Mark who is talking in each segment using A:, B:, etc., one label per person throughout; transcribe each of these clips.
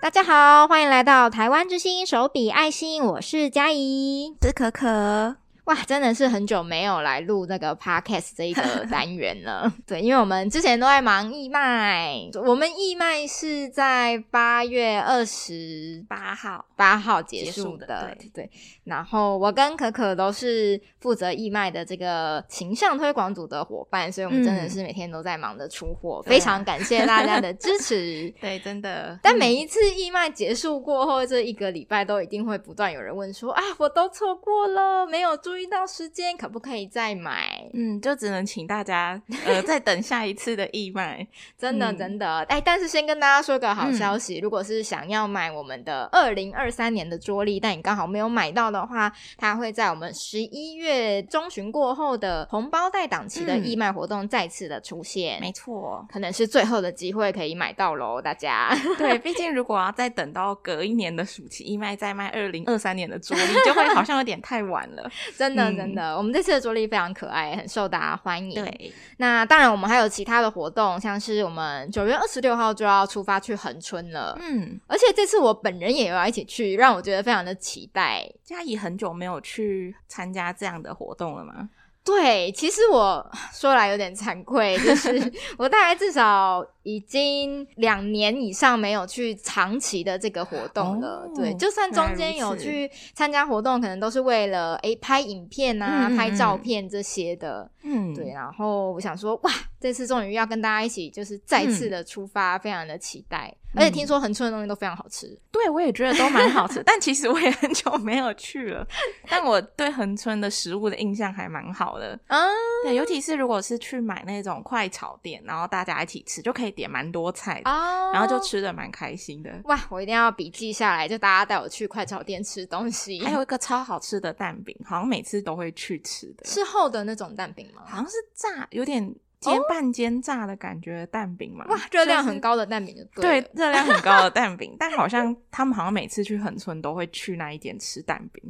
A: 大家好，欢迎来到台湾之星手笔爱心，我是佳怡。
B: 是可可，
A: 哇，真的是很久没有来录那个 podcast 这一个单元了。 对，因为我们之前都在忙义卖，我们义卖是在八月二十
B: 八号，
A: 八号结
B: 结
A: 束
B: 束
A: 的，
B: 的
A: 对。然后我跟可可都是负责义卖的这个形象推广组的伙伴，所以我们真的
B: 嗯
A: 是每天都在忙着出货，
B: 对啊。
A: 非常感谢大家的支持
B: 对，真的。嗯
A: 但每一次义卖结束过后，这一个礼拜都一定会不断有人问说：“啊，我都错过了，没有注意到时间，可不可以再买
B: 嗯，就只能请大家呃再等下一次的义卖。？”
A: 真的，
B: 嗯
A: 真的，哎、但是先跟大家说个好
B: 嗯
A: 消息，如果是想要买我们的二零二三年的桌历，但你刚好没有买到的话，它会在我们十一月中旬过后的红包袋档期的
B: 嗯
A: 义卖活动再次的出现。
B: 没错，
A: 可能是最后的机会可以买到喽，大家。
B: 对，毕竟如果要再等到隔一年的暑期义卖再卖二零二三年的桌历，就会好像有点太晚了。
A: 真的，
B: 嗯
A: 真的，我们这次的桌历非常可爱，很受大家欢迎。
B: 对，
A: 那当然，我们还有其他的活动，像是我们九月二十六号就要出发去恒春了，
B: 嗯，
A: 而且这次我本人也有要一起去，让我觉得非常的期待。
B: 嘉怡很久没有去参加这样的活动了吗？
A: 对，其实我说来有点惭愧， 就是我大概至少已经两年以上没有去长期的这个活动了。
B: 哦
A: 对，就算中间
B: 原来
A: 有
B: 如此
A: 去参加活动，可能都是为了诶拍影片啊、
B: 嗯嗯
A: 拍照
B: 嗯
A: 片这些的。
B: 嗯
A: 对，然后我想说，哇，这次终于要跟大家一起，就是再
B: 嗯
A: 次的出发，非常的期待。而且听说恒春的东西都非常好吃，
B: 对，我也觉得都蛮好吃，但其实我也很久没有去了。但我对恒春的食物的印象还蛮好的，
A: 嗯，
B: 对，尤其是如果是去买那种快炒店，然后大家一起吃，就可以点蛮多菜的，
A: 哦
B: 然后就吃的蛮开心的。
A: 哇，我一定要笔记下来，就大家带我去快炒店吃东西。
B: 还有一个超好吃的蛋饼，好像每次都会去吃的，
A: 是厚的那种蛋饼吗？
B: 好像是炸，有点煎半煎炸的感觉的蛋饼嘛。
A: 哇，热量很。高的蛋饼就对
B: 对
A: 了，
B: 热量很 高的蛋饼，但好像他们好像每次去恒春都会去那一点吃蛋饼。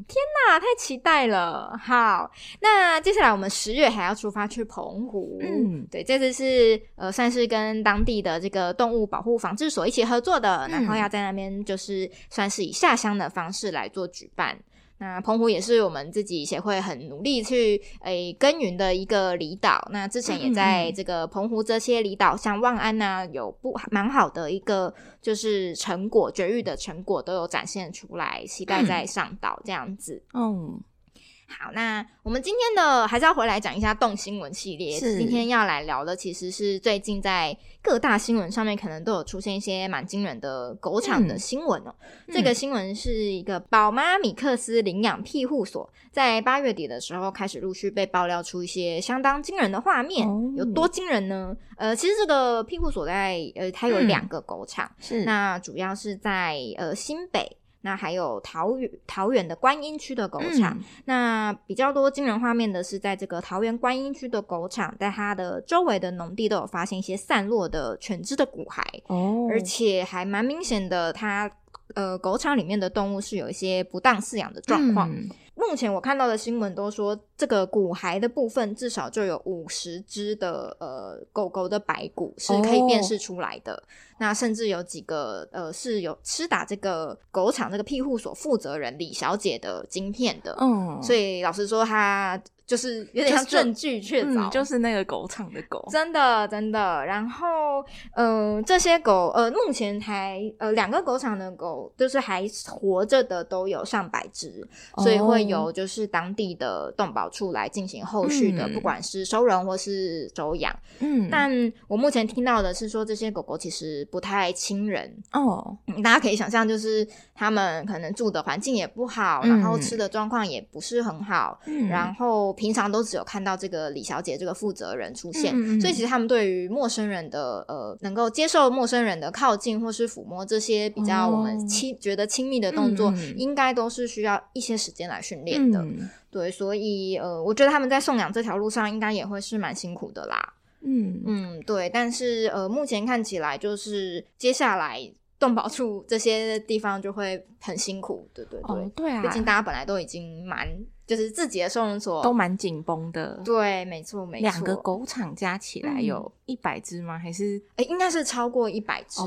A: 那太期待了。好，那接下来我们十月还要出发去澎湖，
B: 嗯
A: 对，这次是呃算是跟当地的这个动物保护防治所一起合作的，
B: 嗯
A: 然后要在那边就是算是以下乡的方式来做举办。那澎湖也是我们自己协会很努力去诶、耕耘的一个离岛。那之前也在
B: 嗯嗯
A: 这个澎湖这些离岛，像望安呐、有不蛮好的一个就是成果，绝育的成果都有展现出来，期待
B: 嗯
A: 在上岛这样子。
B: 嗯，
A: 好，那我们今天的还是要回来讲一下动新闻系列。
B: 是
A: 今天要来聊的其实是最近在各大新闻上面可能都有出现一些蛮惊人的狗场的
B: 嗯
A: 新闻哦。这个新闻是一个宝妈米克斯领养庇护所，在八月底的时候开始陆续被爆料出一些相当惊人的画面。
B: 哦
A: 有多惊人呢？呃，其实这个庇护所在呃，它有
B: 嗯
A: 两个狗场。
B: 是
A: 那主要是在呃新北，那还有桃园桃园的观音区的狗
B: 嗯
A: 场。那比较多惊人画面的是，在这个桃园观音区的狗场，在它的周围的农地都有发现一些散落的犬只的骨骸，
B: 哦，
A: 而且还蛮明显的，它呃狗场里面的动物是有一些不当饲养的状况。
B: 嗯
A: 目前我看到的新闻都说，这个骨骸的部分至少就有五十只的呃狗狗的白骨是可以
B: 哦
A: 辨识出来的。那甚至有几个呃是有吃打这个狗场这个庇护所负责人李小姐的晶片的，
B: 嗯，
A: 所以老实说，她就是有点像
B: 就是
A: 证据确凿、
B: 嗯，就是那个狗场的狗，
A: 真的真的。然后，嗯、这些狗，呃，目前还呃两个狗场的狗，就是还活着的都有上百只，所以
B: 哦
A: 会有就是当地的动保处来进行后续的，
B: 嗯
A: 不管是收容或是收养。
B: 嗯，
A: 但我目前听到的是说，这些狗狗其实不太亲人。
B: 哦，
A: 嗯大家可以想象，就是它们可能住的环境也不好，
B: 嗯
A: 然后吃的状况也不是很好，
B: 嗯
A: 然后平常都只有看到这个李小姐这个负责人出现，
B: 嗯嗯嗯
A: 所以其实他们对于陌生人的呃，能够接受陌生人的靠近或是抚摸这些比较我们
B: 哦
A: 亲、觉得亲密的动作，
B: 嗯嗯
A: 应该都是需要一些时间来训练的。
B: 嗯
A: 对，所以呃，我觉得他们在送养这条路上应该也会是蛮辛苦的啦。
B: 嗯
A: 嗯，对，但是呃，目前看起来就是接下来动保处这些地方就会很辛苦。对对对。
B: 哦，对啊
A: 毕，竟大家本来都已经蛮，就是自己的收容所
B: 都蛮紧绷的。嗯
A: 对，没错，没错，
B: 两个，狗场加起来有一百只吗？还是哦
A: 哎、应该是超过一百只。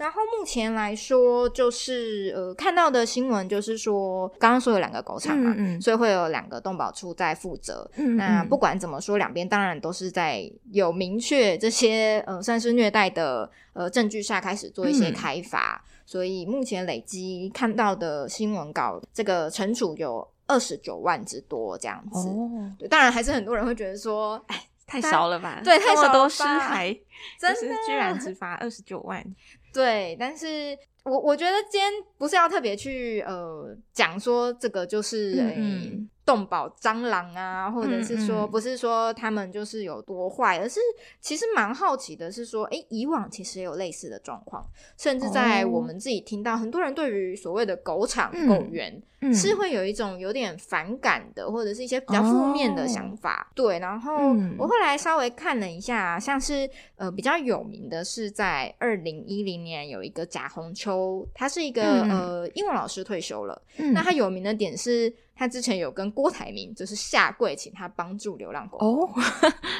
A: 然后目前来说，就是呃看到的新闻就是说，刚刚说有两个狗场嘛，
B: 嗯嗯
A: 所以会有两个动保处在负责。
B: 嗯
A: 那不管怎么说，两边当然都是在有明确这些呃算是虐待的呃证据下开始做一些
B: 嗯
A: 开发，所以目前累积看到的新闻稿，这个惩处有二十九万之多这样子。
B: 哦，
A: 对，当然还是很多人会觉得说，哎，
B: 太
A: 他
B: 少了吧？
A: 对太
B: 这么
A: 少了
B: 多尸
A: 吧
B: 骸，
A: 真
B: 就是
A: 的
B: 居然只罚二十九万，
A: 对，但是我我觉得今天不是要特别去呃讲说这个就是
B: 嗯
A: 诶
B: 嗯
A: 动保蟑螂啊，或者是说
B: 嗯嗯
A: 不是说他们就是有多坏，而是其实蛮好奇的是说，诶，以往其实也有类似的状况，甚至在
B: 哦
A: 我们自己听到很多人对于所谓的狗场、
B: 嗯
A: 狗园
B: 嗯
A: 是会有一种有点反感的，或者是一些比较负面的想法。对，然后
B: 哦嗯
A: 我后来稍微看了一下，像是呃比较有名的是在二零一零年有一个贾宏秋，他是一个、
B: 嗯
A: 呃英文老师退休了。
B: 嗯
A: 那他有名的点是他之前有跟郭台铭就是下跪，请他帮助流浪狗。
B: 哦，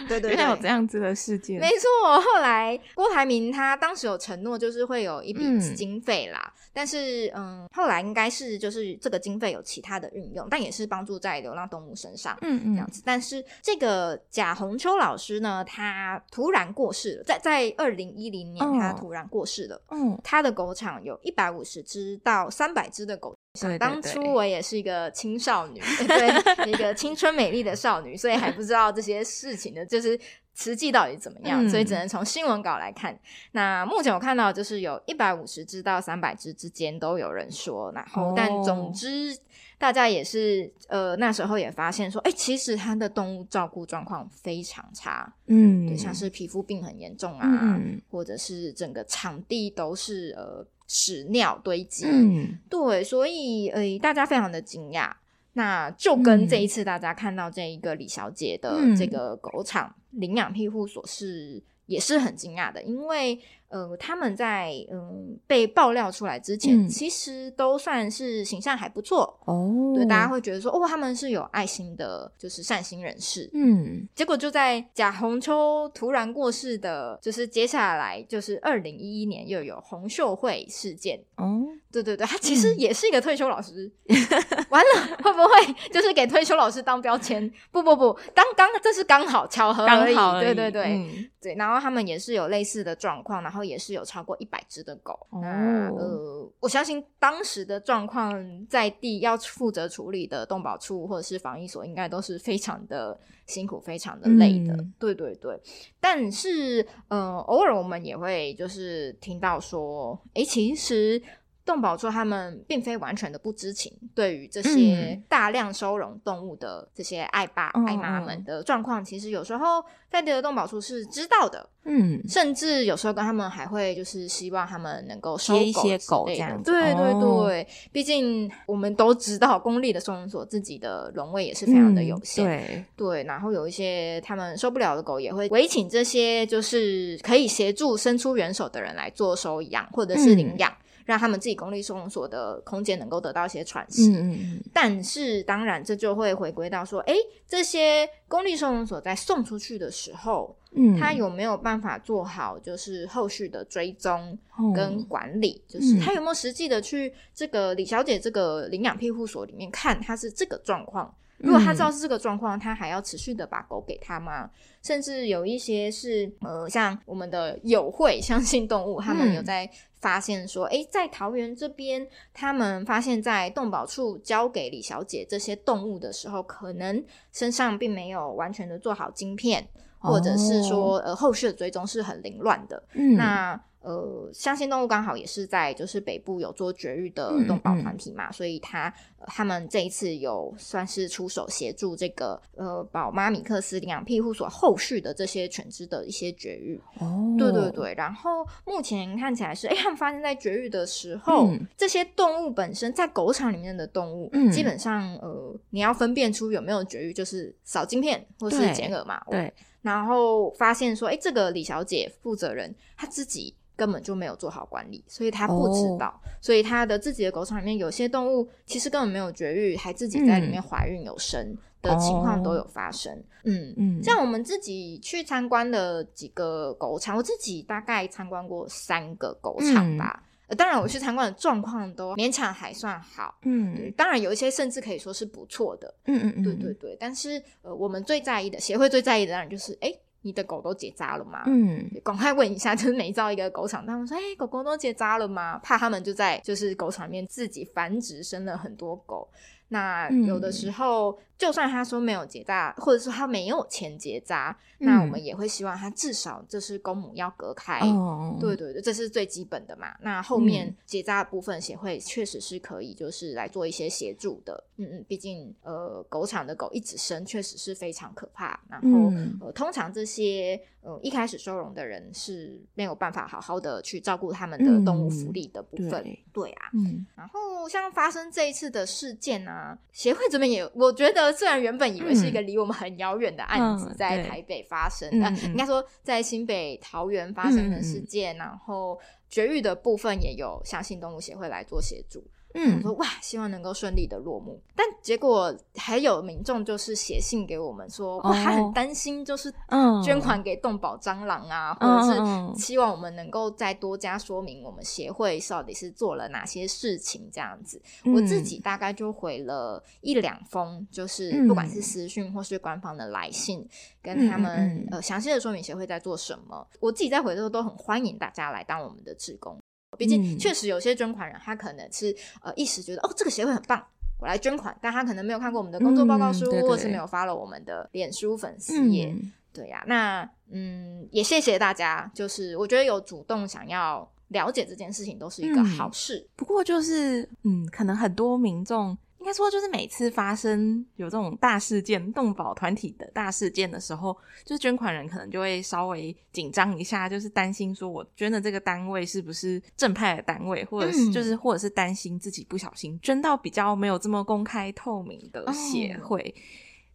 A: 对对
B: 原来有
A: 对
B: 这。样子的事件
A: 没，错，后来郭台铭他当时有承诺，就是会有一笔
B: 嗯
A: 经费啦，但是嗯，后来应该是就是这个经费有其他的运用，但也是帮助在流浪动物身上。
B: 嗯
A: 这样子，但是这个贾宏秋老师呢，他突然过世了，在在二零一零年，
B: 哦
A: 他突然过世了。
B: 嗯，
A: 他的狗场有一百五十只到三百只的狗。
B: 对对
A: 当
B: 对
A: 初我也是一个青少 女，对，一个青春美丽的少女，所以还不知道这些事情的，就是实际到底怎么样，
B: 嗯
A: 所以只能从新闻稿来看。那目前我看到就是有一百五十只到三百只之间都有人说，然后
B: 哦
A: 但总之。大家也是，呃，那时候也发现说，哎、其实它的动物照顾状况非常差，
B: 嗯
A: 对，像是皮肤病很严重啊，
B: 嗯
A: 或者是整个场地都是呃屎尿堆积，
B: 嗯
A: 对，所以呃大家非常的惊讶。那就跟这一次大家看到这一个李小姐的
B: 嗯
A: 这个狗场领养庇护所是也是很惊讶的，因为呃他们在嗯、被爆料出来之前，
B: 嗯
A: 其实都算是形象还不错，
B: 哦，
A: 对，大家会觉得说哦他们是有爱心的，就是善心人士，
B: 嗯
A: 结果就在贾宏秋突然过世的，就是接下来就是二零一一年又有洪秀慧事件。
B: 哦，
A: 对对对，他其
B: 嗯
A: 实也是一个退休老师， 完了会不会就是给退休老师当标签？不不不，当刚这是刚好巧合而
B: 刚
A: 已。
B: 好而已
A: 对对对、
B: 嗯
A: 对，然后他们也是有类似的状况，然后也是有超过一百只的狗。
B: 哦
A: 那呃，我相信当时的状况在地要负责处理的动保处或者是防疫所，应该都是非常的辛苦、非常的累的。
B: 嗯
A: 对对对，但是呃，偶尔我们也会就是听到说，诶，其实。动保处他们并非完全的不知情，对于这些
B: 嗯
A: 大量收容动物的这些爱爸、
B: 哦
A: 爱妈们
B: 哦
A: 的状况，其实有时候在地的动保处是知道的，
B: 嗯
A: 甚至有时候跟他们还会就是希望他们能够收
B: 接一些
A: 狗
B: 狗
A: 之类的
B: 这样子
A: 对对
B: 哦
A: 对，毕竟我们都知道公立的收容所自己的容位也是非常
B: 嗯
A: 的有限，
B: 对，
A: 对然后有一些他们受不了的狗也会委请这些就是可以协助伸出援手的人来做收养或者是领
B: 嗯
A: 养。让他们自己公立收容所的空间能够得到一些喘息，
B: 嗯嗯
A: 但是当然这就会回归到说，诶，这些公立收容所在送出去的时候，
B: 嗯，
A: 他有没有办法做好就是后续的追踪
B: 哦
A: 跟管理？就是
B: 嗯
A: 他有没有实际的去这个李小姐这个领养庇护所里面看她是这个状况？如果他知
B: 嗯
A: 道是这个状况，他还要持续的把狗给他吗？甚至有一些是呃，像我们的友会相信动物，他们
B: 嗯
A: 有在发现说，诶，在桃园这边，他们发现在动保处交给李小姐这些动物的时候，可能身上并没有完全的做好晶片，或者是说、
B: 哦
A: 呃后续的追踪是很凌乱的。
B: 嗯
A: 那呃，相信动物刚好也是在就是北部有做绝育的
B: 嗯
A: 动保
B: 嗯
A: 团体嘛，所以他、呃他们这一次有算是出手协助这个呃宝妈米克斯领养庇护所后续的这些犬只的一些绝育。
B: 哦，
A: 对对对，然后目前看起来是，哎，他们发现在绝育的时候，
B: 嗯
A: 这些动物本身在狗场里面的动物，
B: 嗯
A: 基本上呃，你要分辨出有没有绝育，就是扫晶片或是
B: 对
A: 剪耳嘛，
B: 对，
A: 然后发现说，哎，这个李小姐负责人她自己根本就没有做好管理，所以她不知道，所以她的自己的狗场里面有些动物其实根本没有绝育，还自己在里面怀孕有生。的情况都有发生。嗯，
B: 嗯，
A: 像我们自己去参观的几个狗场，我自己大概参观过三个狗场吧。呃当然，我去参观的状况都勉强还算好。
B: 嗯
A: 对
B: 嗯
A: 当然有一些甚至可以说是不错的，
B: 嗯嗯，
A: 对对，对。但是呃，我们最在意的协会最在意的当然就是，哎、你的狗都结扎了吗？
B: 嗯
A: 赶快问一下，就是每到一个狗场，他们说：“哎、狗狗都结扎了吗？”怕他们就在就是狗场里面自己繁殖，生了很多狗。那
B: 嗯
A: 有的时候，就算他说没有结扎，或者说他没有钱结扎，
B: 嗯
A: 那我们也会希望他至少就是公母要隔开。
B: 哦，
A: 对对对，这是最基本的嘛。那
B: 嗯
A: 后面结扎的部分，协会确实是可以就是来做一些协助的。嗯嗯，毕竟呃，狗场的狗一直生确实是非常可怕，然后、
B: 嗯
A: 呃，通常这些呃一开始收容的人是没有办法好好的去照顾他们的动物福利的部分，
B: 嗯对
A: 对啊。
B: 嗯
A: 然后像发生这一次的事件啊，协会这边也，我觉得虽然原本以为是一个离我们很遥远的案子
B: 嗯，
A: 在
B: 对
A: 台北发生，
B: 嗯
A: 呃
B: 嗯
A: 应该说在新北、桃园发生的事件，然后绝育的部分也有相信动物协会来做协助。我
B: 嗯
A: 说哇，希望能够顺利的落幕。但结果还有民众就是写信给我们说，哇，他很
B: 哦
A: 担心，就是
B: 嗯
A: 捐款给动保蟑螂啊，
B: 嗯
A: 或
B: 嗯
A: 者
B: 嗯
A: 是希望我们能够再多加说明我们协会到底是做了哪些事情这样子。我自
B: 嗯
A: 己大概就回了一两封，就是
B: 嗯
A: 不管是私讯或是官方的来信，跟
B: 嗯
A: 他
B: 嗯
A: 们、
B: 嗯
A: 呃详细的说明协会在做什么。我自己在回的时候都很欢迎大家来当我们的志工，毕竟
B: 嗯
A: 确实有些捐款人他可能是呃一时觉得哦这个协会很棒。我来捐款，但他可能没有看过我们的工作报告
B: 嗯
A: 书，
B: 对
A: 或者是
B: 对
A: 没有发了我们的脸书粉丝页，
B: 嗯
A: 对呀、那嗯，也谢谢大家，就是我觉得有主动想要了解这件事情都是一个
B: 嗯
A: 好事。
B: 不过就是，嗯，可能很多民众应该说，就是每次发生有这种大事件、动保团体的大事件的时候，就是捐款人可能就会稍微紧张一下，就是担心说我捐的这个单位是不是正派的单位，或者是、
A: 嗯
B: 就是或者是担心自己不小心捐到比较没有这么公开透明的协会。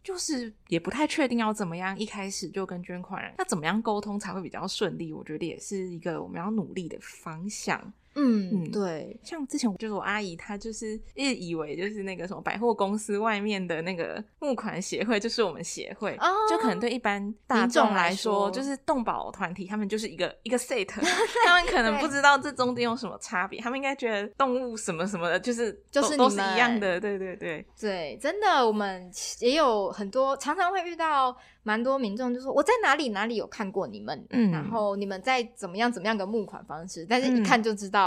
B: 就是也不太确定要怎么样，一开始就跟捐款人，那怎么样沟通才会比较顺利？我觉得也是一个我们要努力的方向。
A: 嗯，
B: 嗯
A: 对，
B: 像之前就是我阿姨，她就是一直以为就是那个什么百货公司外面的那个募款协会就是我们协会，
A: 哦
B: 就可能对一般大
A: 民众
B: 众来
A: 来
B: 说，
A: 说
B: 就是动保团体，他们就是一个一个 set，他 们可能不知道这中间有什么差别，他们应该觉得动物什么什么的，就是
A: 就
B: 都
A: 是
B: 都
A: 你
B: 是
A: 们
B: 一样的，对对对，
A: 对，真的，我们也有很多常常会遇到蛮多民众，就说我在哪里哪里有看过你们，
B: 嗯
A: 然后你们在怎么样怎么样的募款方式，但是
B: 嗯
A: 一看就知道。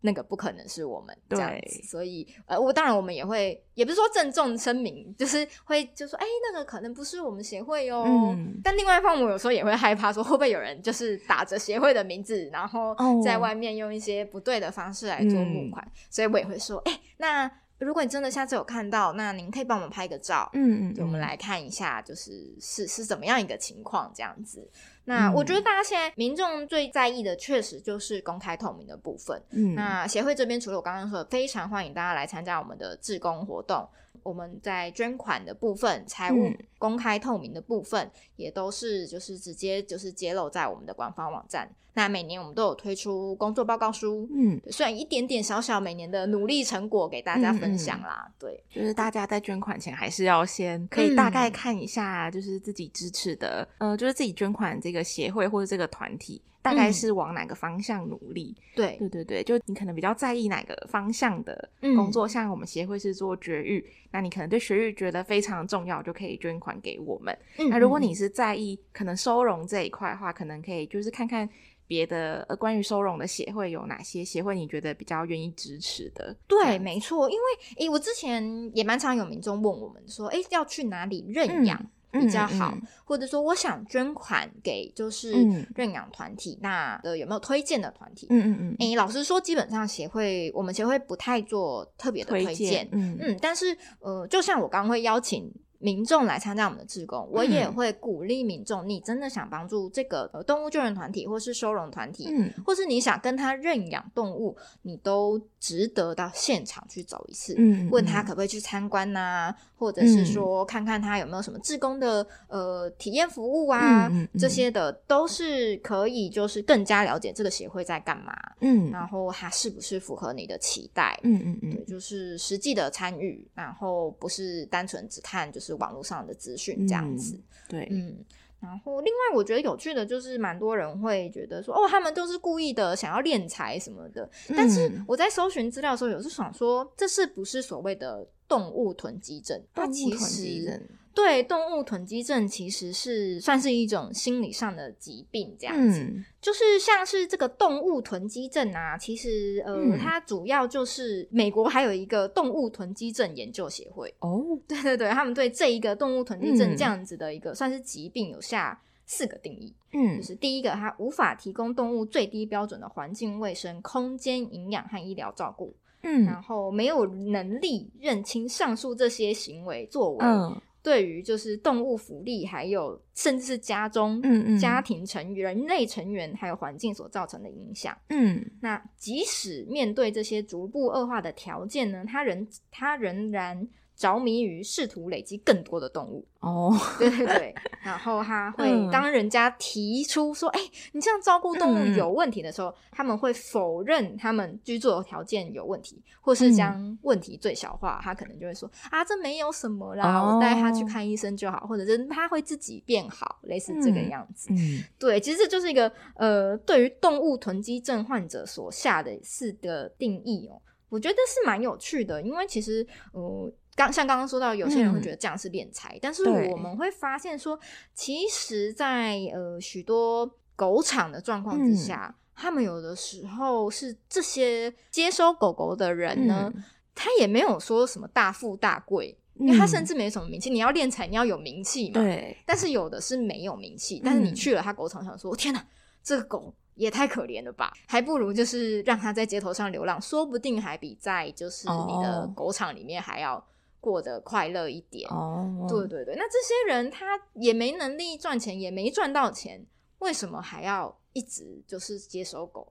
A: 那个不可能是我们这样子，
B: 对
A: 所以呃，我当然我们也会，也不是说郑重声明，就是会就说，哎、那个可能不是我们协会哦，
B: 嗯
A: 但另外一方，我有时候也会害怕，说会不会有人就是打着协会的名字，然后
B: 哦嗯
A: 在外面用一些不对的方式来做募款，所以我也会说，哎、那如果你真的下次有看到，那您可以帮我们拍个照，
B: 嗯
A: 对我们，来看一下，就是是是怎么样一个情况这样子。那我觉
B: 嗯
A: 得大家现在民众最在意的，确实就是公开透明的部分。
B: 嗯
A: 那协会这边除了我刚刚说的，非常欢迎大家来参加我们的志工活动。我们在捐款的部分、财务
B: 嗯
A: 公开透明的部分，也都是就是直接就是揭露在我们的官方网站。那每年我们都有推出工作报告书，
B: 嗯，
A: 虽然一点点小小每年的努力成果给大家分
B: 嗯
A: 享啦，对，
B: 就是大家在捐款前还是要先可以大概看一下，就是自己支持的，呃，就是自己捐款这个协会或者这个团体，大概是往哪个方向努力。
A: 对，
B: 对对对，就你可能比较在意哪个方向的
A: 嗯
B: 工作，像我们协会是做绝育，那你可能对绝育觉得非常重要，就可以捐款给我们。
A: 嗯
B: 那如果你是在意可能收容这一块的话，可能可以就是看看。别的呃，关于收容的协会有哪些协会？你觉得比较愿意支持的？这
A: 对，
B: 样
A: 没错，因为诶，我之前也蛮常有民众问我们说，诶，要去哪里认养？比较好，
B: 嗯
A: 或者说我想捐款给就是
B: 嗯
A: 认养团体，那呃有没有推荐的团体？
B: 嗯嗯嗯，
A: 诶、老实说，基本上协会我们协会不太做特别的推荐，
B: 嗯
A: 嗯，但是呃，就像我刚刚会邀请。民众来参加我们的志工，我
B: 嗯
A: 也会鼓励民众，你真的想帮助这个呃动物救援团体或是收容团体，
B: 嗯
A: 或是你想跟他认养动物，你都值得到现场去走一次。
B: 嗯
A: 问他可不可以去参观呐、或者是说看看他有没有什么志工的呃体验服务啊，
B: 嗯嗯嗯
A: 这些的都是可以，就是更加了解这个协会在干嘛，
B: 嗯
A: 然后它是不是符合你的期待。
B: 嗯嗯
A: 对，
B: 嗯
A: 就是实际的参与，然后不是单纯只看就是网络上的资讯这样子。
B: 对，
A: 嗯，然后另外我觉得有趣的就是，蛮多人会觉得说，哦，他们都是故意的，想要敛财什么的。但是
B: 嗯
A: 我在搜寻资料的时候，有时想说，这是不是所谓的动物囤积症？它
B: 动物
A: 其
B: 囤积
A: 实
B: 症
A: 对动物囤积症其实是算是一种心理上的疾病，这样子。
B: 嗯，
A: 就是像是这个动物囤积症啊，其实呃，
B: 嗯
A: 它主要就是美国还有一个动物囤积症研究协会，
B: 哦，
A: 对对对，他们对这一个动物囤积症
B: 嗯
A: 这样子的一个、算是疾病有下四个定义，
B: 嗯
A: 就，是第一个，它无法提供动物最低标准的环境卫生、空间、营养和医疗照顾，
B: 嗯
A: 然后没有能力认清上述这些行为作为、
B: 嗯
A: 对于就是动物福利，还有甚至是家中、
B: 嗯嗯，
A: 家庭成员、人类成员还有环境所造成的影响。
B: 嗯
A: 那即使面对这些逐步恶化的条件呢，他仍他仍然着迷于试图累积更多的动物。
B: 哦，
A: 对对对，然后他会、
B: 嗯
A: 当人家提出说：“哎、你这样照顾动物
B: 嗯嗯
A: 有问题”的时候，他们会否认他们居住的条件有问题，或是
B: 嗯
A: 将问题最小化。他可能就会说：“啊，这没有什么啦，
B: 哦
A: 我带他去看医生就好，或者是他会自己变好，类似这个
B: 嗯
A: 样子。
B: 嗯
A: 对，其实这就是一个呃，对于动物囤积症患者所下的四个定义哦，我觉得是蛮有趣的，因为其实呃，刚像刚刚说到，有些人会
B: 嗯
A: 觉得这样是敛财，但是
B: 对
A: 我们会发现说，其实在，呃许多狗场的状况之
B: 嗯
A: 下。他们有的时候是这些接收狗狗的人呢，
B: 嗯
A: 他也没有说什么大富大贵，因为他
B: 嗯
A: 甚至没什么名气。你要敛财，你要有名气嘛。
B: 对，
A: 但是有的是没有名气，但是你
B: 嗯
A: 去了他狗场，想说、天哪，这个狗也太可怜了吧，还不如就是让它在街头上流浪，说不定还比在就是你的
B: 哦
A: 狗场里面还要过得快乐一点。
B: 哦，
A: 对对对，那这些人他也没能力赚钱，也没赚到钱，为什么还要一直就是接收狗？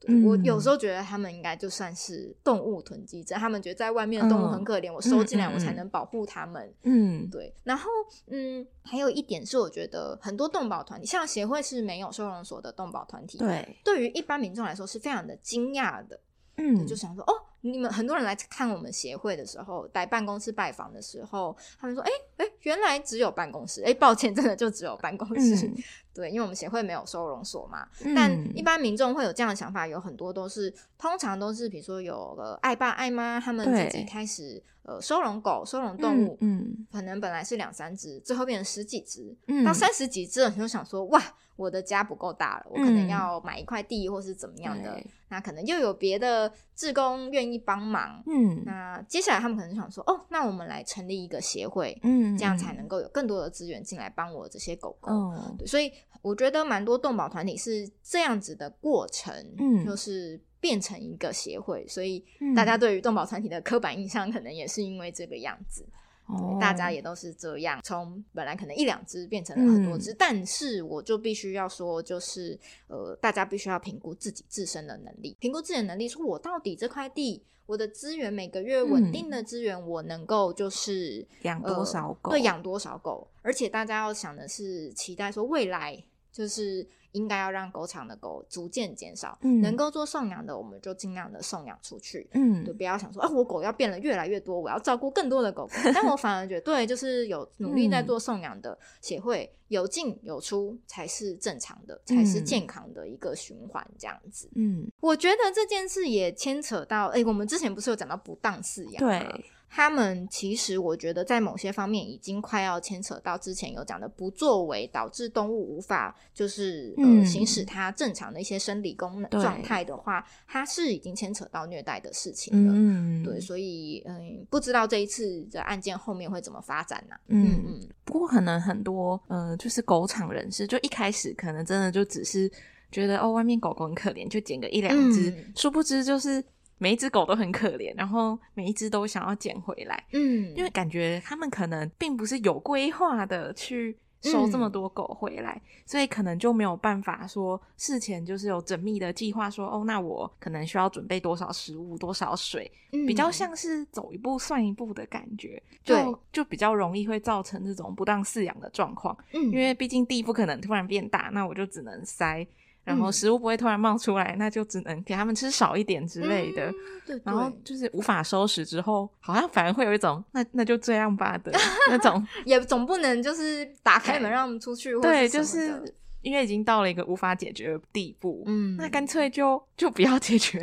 A: 对
B: 嗯
A: 我有时候觉得他们应该就算是动物囤积症，他们觉得在外面的动物
B: 嗯
A: 很可怜，我收进来
B: 嗯嗯
A: 我才
B: 嗯
A: 能保护它们。
B: 嗯，
A: 对，然后嗯，还有一点是，我觉得很多动保团体，像协会是没有收容所的动保团体，，
B: 对，
A: 对于一般民众来说是非常的惊讶的，
B: 嗯，
A: 就想说哦，你们很多人来看我们协会的时候，来办公室拜访的时候，他们说，哎哎，原来只有办公室，哎，抱歉，真的就只有办公室，
B: 嗯
A: 对，因为我们协会没有收容所嘛，
B: 嗯
A: 但一般民众会有这样的想法，有很多都是通常都是比如说有呃爱爸爱妈，他们自己
B: 对
A: 开始呃收容狗、收容动物，
B: 嗯
A: 可能本来是两三只，最后变成十几只，
B: 嗯，
A: 到三十几只了，你就想说，哇，我的家不够大了，我可能
B: 嗯
A: 要买一块地或是怎么样的
B: 对，
A: 那可能又有别的志工愿意帮忙，
B: 嗯
A: 那接下来他们可能就想说，哦，那我们来成立一个协会，
B: 嗯，
A: 这样才能够有更多的资源进来帮我这些狗狗。
B: 嗯
A: 对，所以我觉得蛮多动保团体是这样子的过程，
B: 嗯
A: 就是变成一个协会，所以大家对于动保团体的刻板印象可能也是因为这个样子，
B: 哦，
A: 大家也都是这样，从本来可能一两只变成了很多
B: 嗯
A: 只，但是我就必须要说，就是呃，大家必须要评估自己自身的能力，评估自己的能力，说我到底这块地。我的资源每个月稳定的资源，我能够就是呃
B: 嗯养多少狗
A: 对，养多少狗？而且大家要想的是，期待说未来就是应该要让狗场的狗逐渐减少，
B: 嗯
A: 能够做送养的，我们就尽量的送养出去。
B: 嗯
A: 对，不要想说啊，我狗要变得越来越多，我要照顾更多的狗狗。但我反而觉得，对，就是 有努力
B: 嗯
A: 在做送养的协会，有进有出才是正常的，才是
B: 嗯
A: 健康的一个循环，这样子。
B: 嗯
A: 我觉得这件事也牵扯到，哎、我们之前不是有讲到不啊当饲养吗？
B: 对
A: 他们其实我觉得在某些方面已经快要牵扯到之前有讲的不作为导致动物无法就是呃、
B: 嗯
A: 行使它正常的一些生理功能
B: 对
A: 状态的话，它是已经牵扯到虐待的事情了。
B: 嗯
A: 对，所以嗯，不知道这一次的案件后面会怎么发展呢、嗯
B: 嗯。
A: 嗯，
B: 不过可能很多呃，就是狗场人士，就一开始可能真的就只是觉得哦，外面狗狗很可怜，就捡个一两只，
A: 嗯
B: 殊不知就是每一只狗都很可怜，然后每一只都想要捡回来。
A: 嗯，
B: 因为感觉他们可能并不是有规划的去收这么多狗回来，所以可能就没有办法说事前就是有缜密的计划说，哦，那我可能需要准备多少食物、多少水，比较
A: 嗯
B: 像是走一步算一步的感觉，
A: 对
B: 就就比较容易会造成这种不当饲养的状况，
A: 嗯，
B: 因为毕竟地不可能突然变大，那我就只能塞。然
A: 嗯
B: 后食物不会突然冒出来，那就只能给他们吃少一点之类的。
A: 嗯对
B: 然后
A: 对
B: 就是无法收拾之后，好像反而会有一种那那就这样吧 的那种。
A: 也总不能就是打开门
B: 对
A: 让他们出去，或
B: 对，
A: 什
B: 就
A: 么
B: 是
A: 的
B: 因为已经到了一个无法解决的地步，
A: 嗯，
B: 那干脆就就不要 解决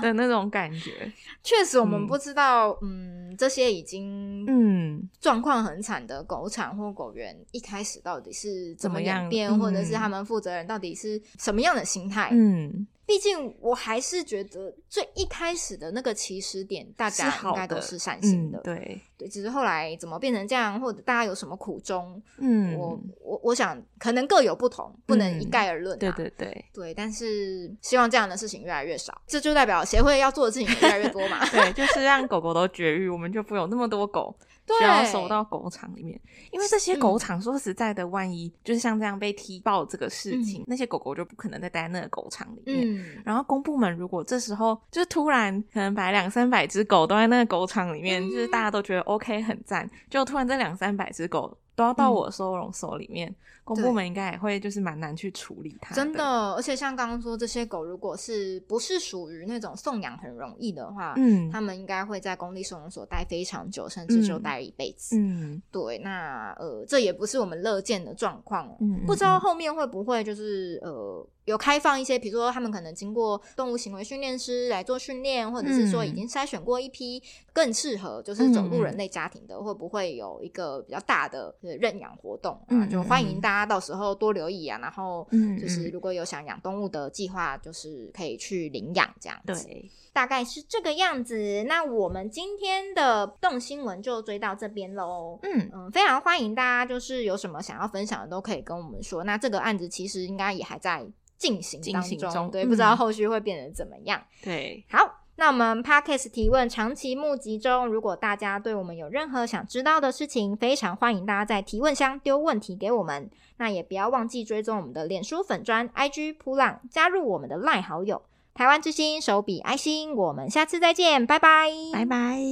B: 的那种感觉。
A: 确实我们
B: 嗯
A: 不知道，嗯，这些已经
B: 嗯，
A: 状况很惨的狗场或狗园，一开始到底是怎么
B: 怎么样
A: 演变，
B: 嗯
A: 或者是他们负责人到底是什么样的心态？
B: 嗯，
A: 毕竟我还是觉得最一开始的那个起始点，大
B: 是
A: 家应
B: 好
A: 该都
B: 的
A: 是善心
B: 嗯
A: 的，，
B: 对，
A: 对，只是后来怎么变成这样，或者大家有什么苦衷，
B: 嗯，
A: 我我我想可能各有不同，不能一
B: 嗯
A: 概而论、啊
B: 对对对。。
A: 对，但是希望这样的事情越来越少，这就代表协会要做的事情也越来越多嘛
B: 对，就是让狗狗都绝育，我们就不会有那么 多狗
A: 对，
B: 需要收到狗场里面。因为这些狗
A: 嗯
B: 场，说实在的，万一就是像这样被踢爆这个事情，
A: 嗯
B: 那些狗狗就不可能再待在那个狗场里面。
A: 嗯，
B: 然后公部门如果这时候就是突然可能把两三百只狗都在那个狗场里面，
A: 嗯
B: 就是大家都觉得 OK 很赞，就突然这两三百只狗都要到我收容所里面，公部
A: 嗯对
B: 门应该也会就是蛮难去处理它。
A: 真，的，而且像刚刚说，这些狗如果是不是属于那种送养很容易的话，
B: 嗯
A: 它们应该会在公立收容所待非常久，甚至就
B: 嗯
A: 待一辈子。
B: 嗯
A: 对，那呃，这也不是我们乐见的状况哦。
B: 嗯，
A: 不知道
B: 嗯
A: 后面会不会就是呃有开放一些，比如说他们可能经过动物行为训练师来做训练，或者是说已
B: 嗯
A: 经筛选过一批更适合就是走
B: 嗯嗯
A: 入人类家庭的，会不会有一个比较大的呃认养活动啊？
B: 嗯嗯
A: 就欢
B: 嗯
A: 迎大家到时候多留意啊，然后
B: 嗯
A: 就是
B: 嗯
A: 如果有想养动物的计划，就是可以去领养这样子。
B: 对，
A: 大概是这个样子。那我们今天的动新闻就追到这边喽。
B: 嗯
A: 嗯，非常欢迎大家，就是有什么想要分享的都可以跟我们说。那这个案子其实应该也还在进行
B: 进
A: 当
B: 行
A: 中，
B: 中
A: 对，
B: 嗯
A: 不知道后续会变得怎么样。
B: 对，
A: 好。那我们 podcast 提问长期募集中，如果大家对我们有任何想知道的事情，非常欢迎大家在提问箱丢问题给我们。那也不要忘记追踪我们的脸书粉砖、IG 扑浪，加入我们的 LINE 好友。台湾之星手比爱心，我们下次再见，拜拜，
B: 拜拜。